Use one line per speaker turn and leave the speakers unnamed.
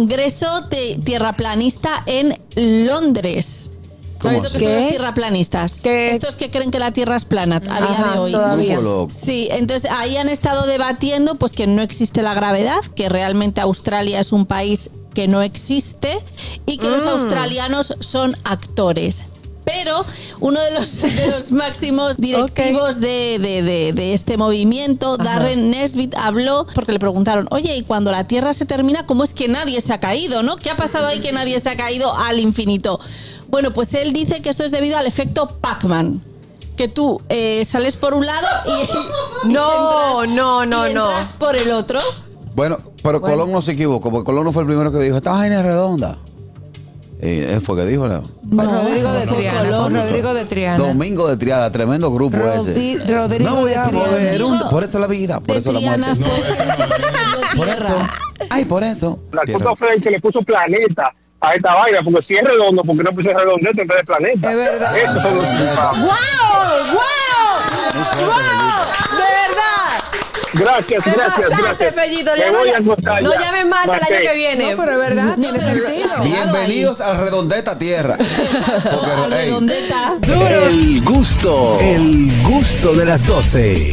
Congreso de Tierraplanista en Londres. ¿Sabéis lo que son
¿Qué?
los tierraplanistas?
¿Qué?
Estos que creen que la Tierra es plana a día
Ajá,
de hoy.
todavía.
Grupo lo-
Sí, entonces ahí han estado debatiendo pues que no existe la gravedad, que realmente Australia es un país que no existe y que
Mm.
los australianos son actores. Pero uno de los, de los máximos directivos de, de- de- de este movimiento, Darren Nesbitt, habló porque le preguntaron, oye, y cuando la Tierra se termina, ¿cómo es que nadie se ha caído? ¿no? ¿Qué ha pasado ahí que nadie se ha caído al infinito? Bueno, pues él dice que esto es debido al efecto Pac-Man que tú eh, sales por un lado y, y
No,
entras-
no, no,
y
no.
entras por el otro.
Bueno, pero
Bueno.
Colón no se equivocó, porque Colón no fue el primero que dijo, esta vaina es redonda. Y él fue que dijo, ¿no?
Pues
Rodrigo de
no,
Triana.
no,
con
no.
Rodrigo de Triana.
Domingo de Triada, tremendo grupo
Rodi-
ese.
Rodrigo
no voy
de
a
Triana.
volver un-
Rodrigo
Por eso la vida, por
de
eso la muerte. eh,
Triana fue-
Por eso. Ay, por eso.
La
Tierra.
puta fue el que le puso planeta a esta vaina, porque si es redondo, porque no puse redondete en vez de planeta.
Es verdad.
Estos son los culpables.
¡Guau! ¡Guau!
Eso,
¡Guau! ¡De
Gracias,
Te
gracias,
pasaste,
gracias.
Fellito,
Me
ya no-
voy a acostar
no
ya.
llames más hasta el año
Matei.
que viene.
No, pero es verdad, tiene sentido.
Bienvenidos a Redondeta Tierra. Porque,
verdad!
ey,
¿Dónde está?
El gusto, el gusto de las 12.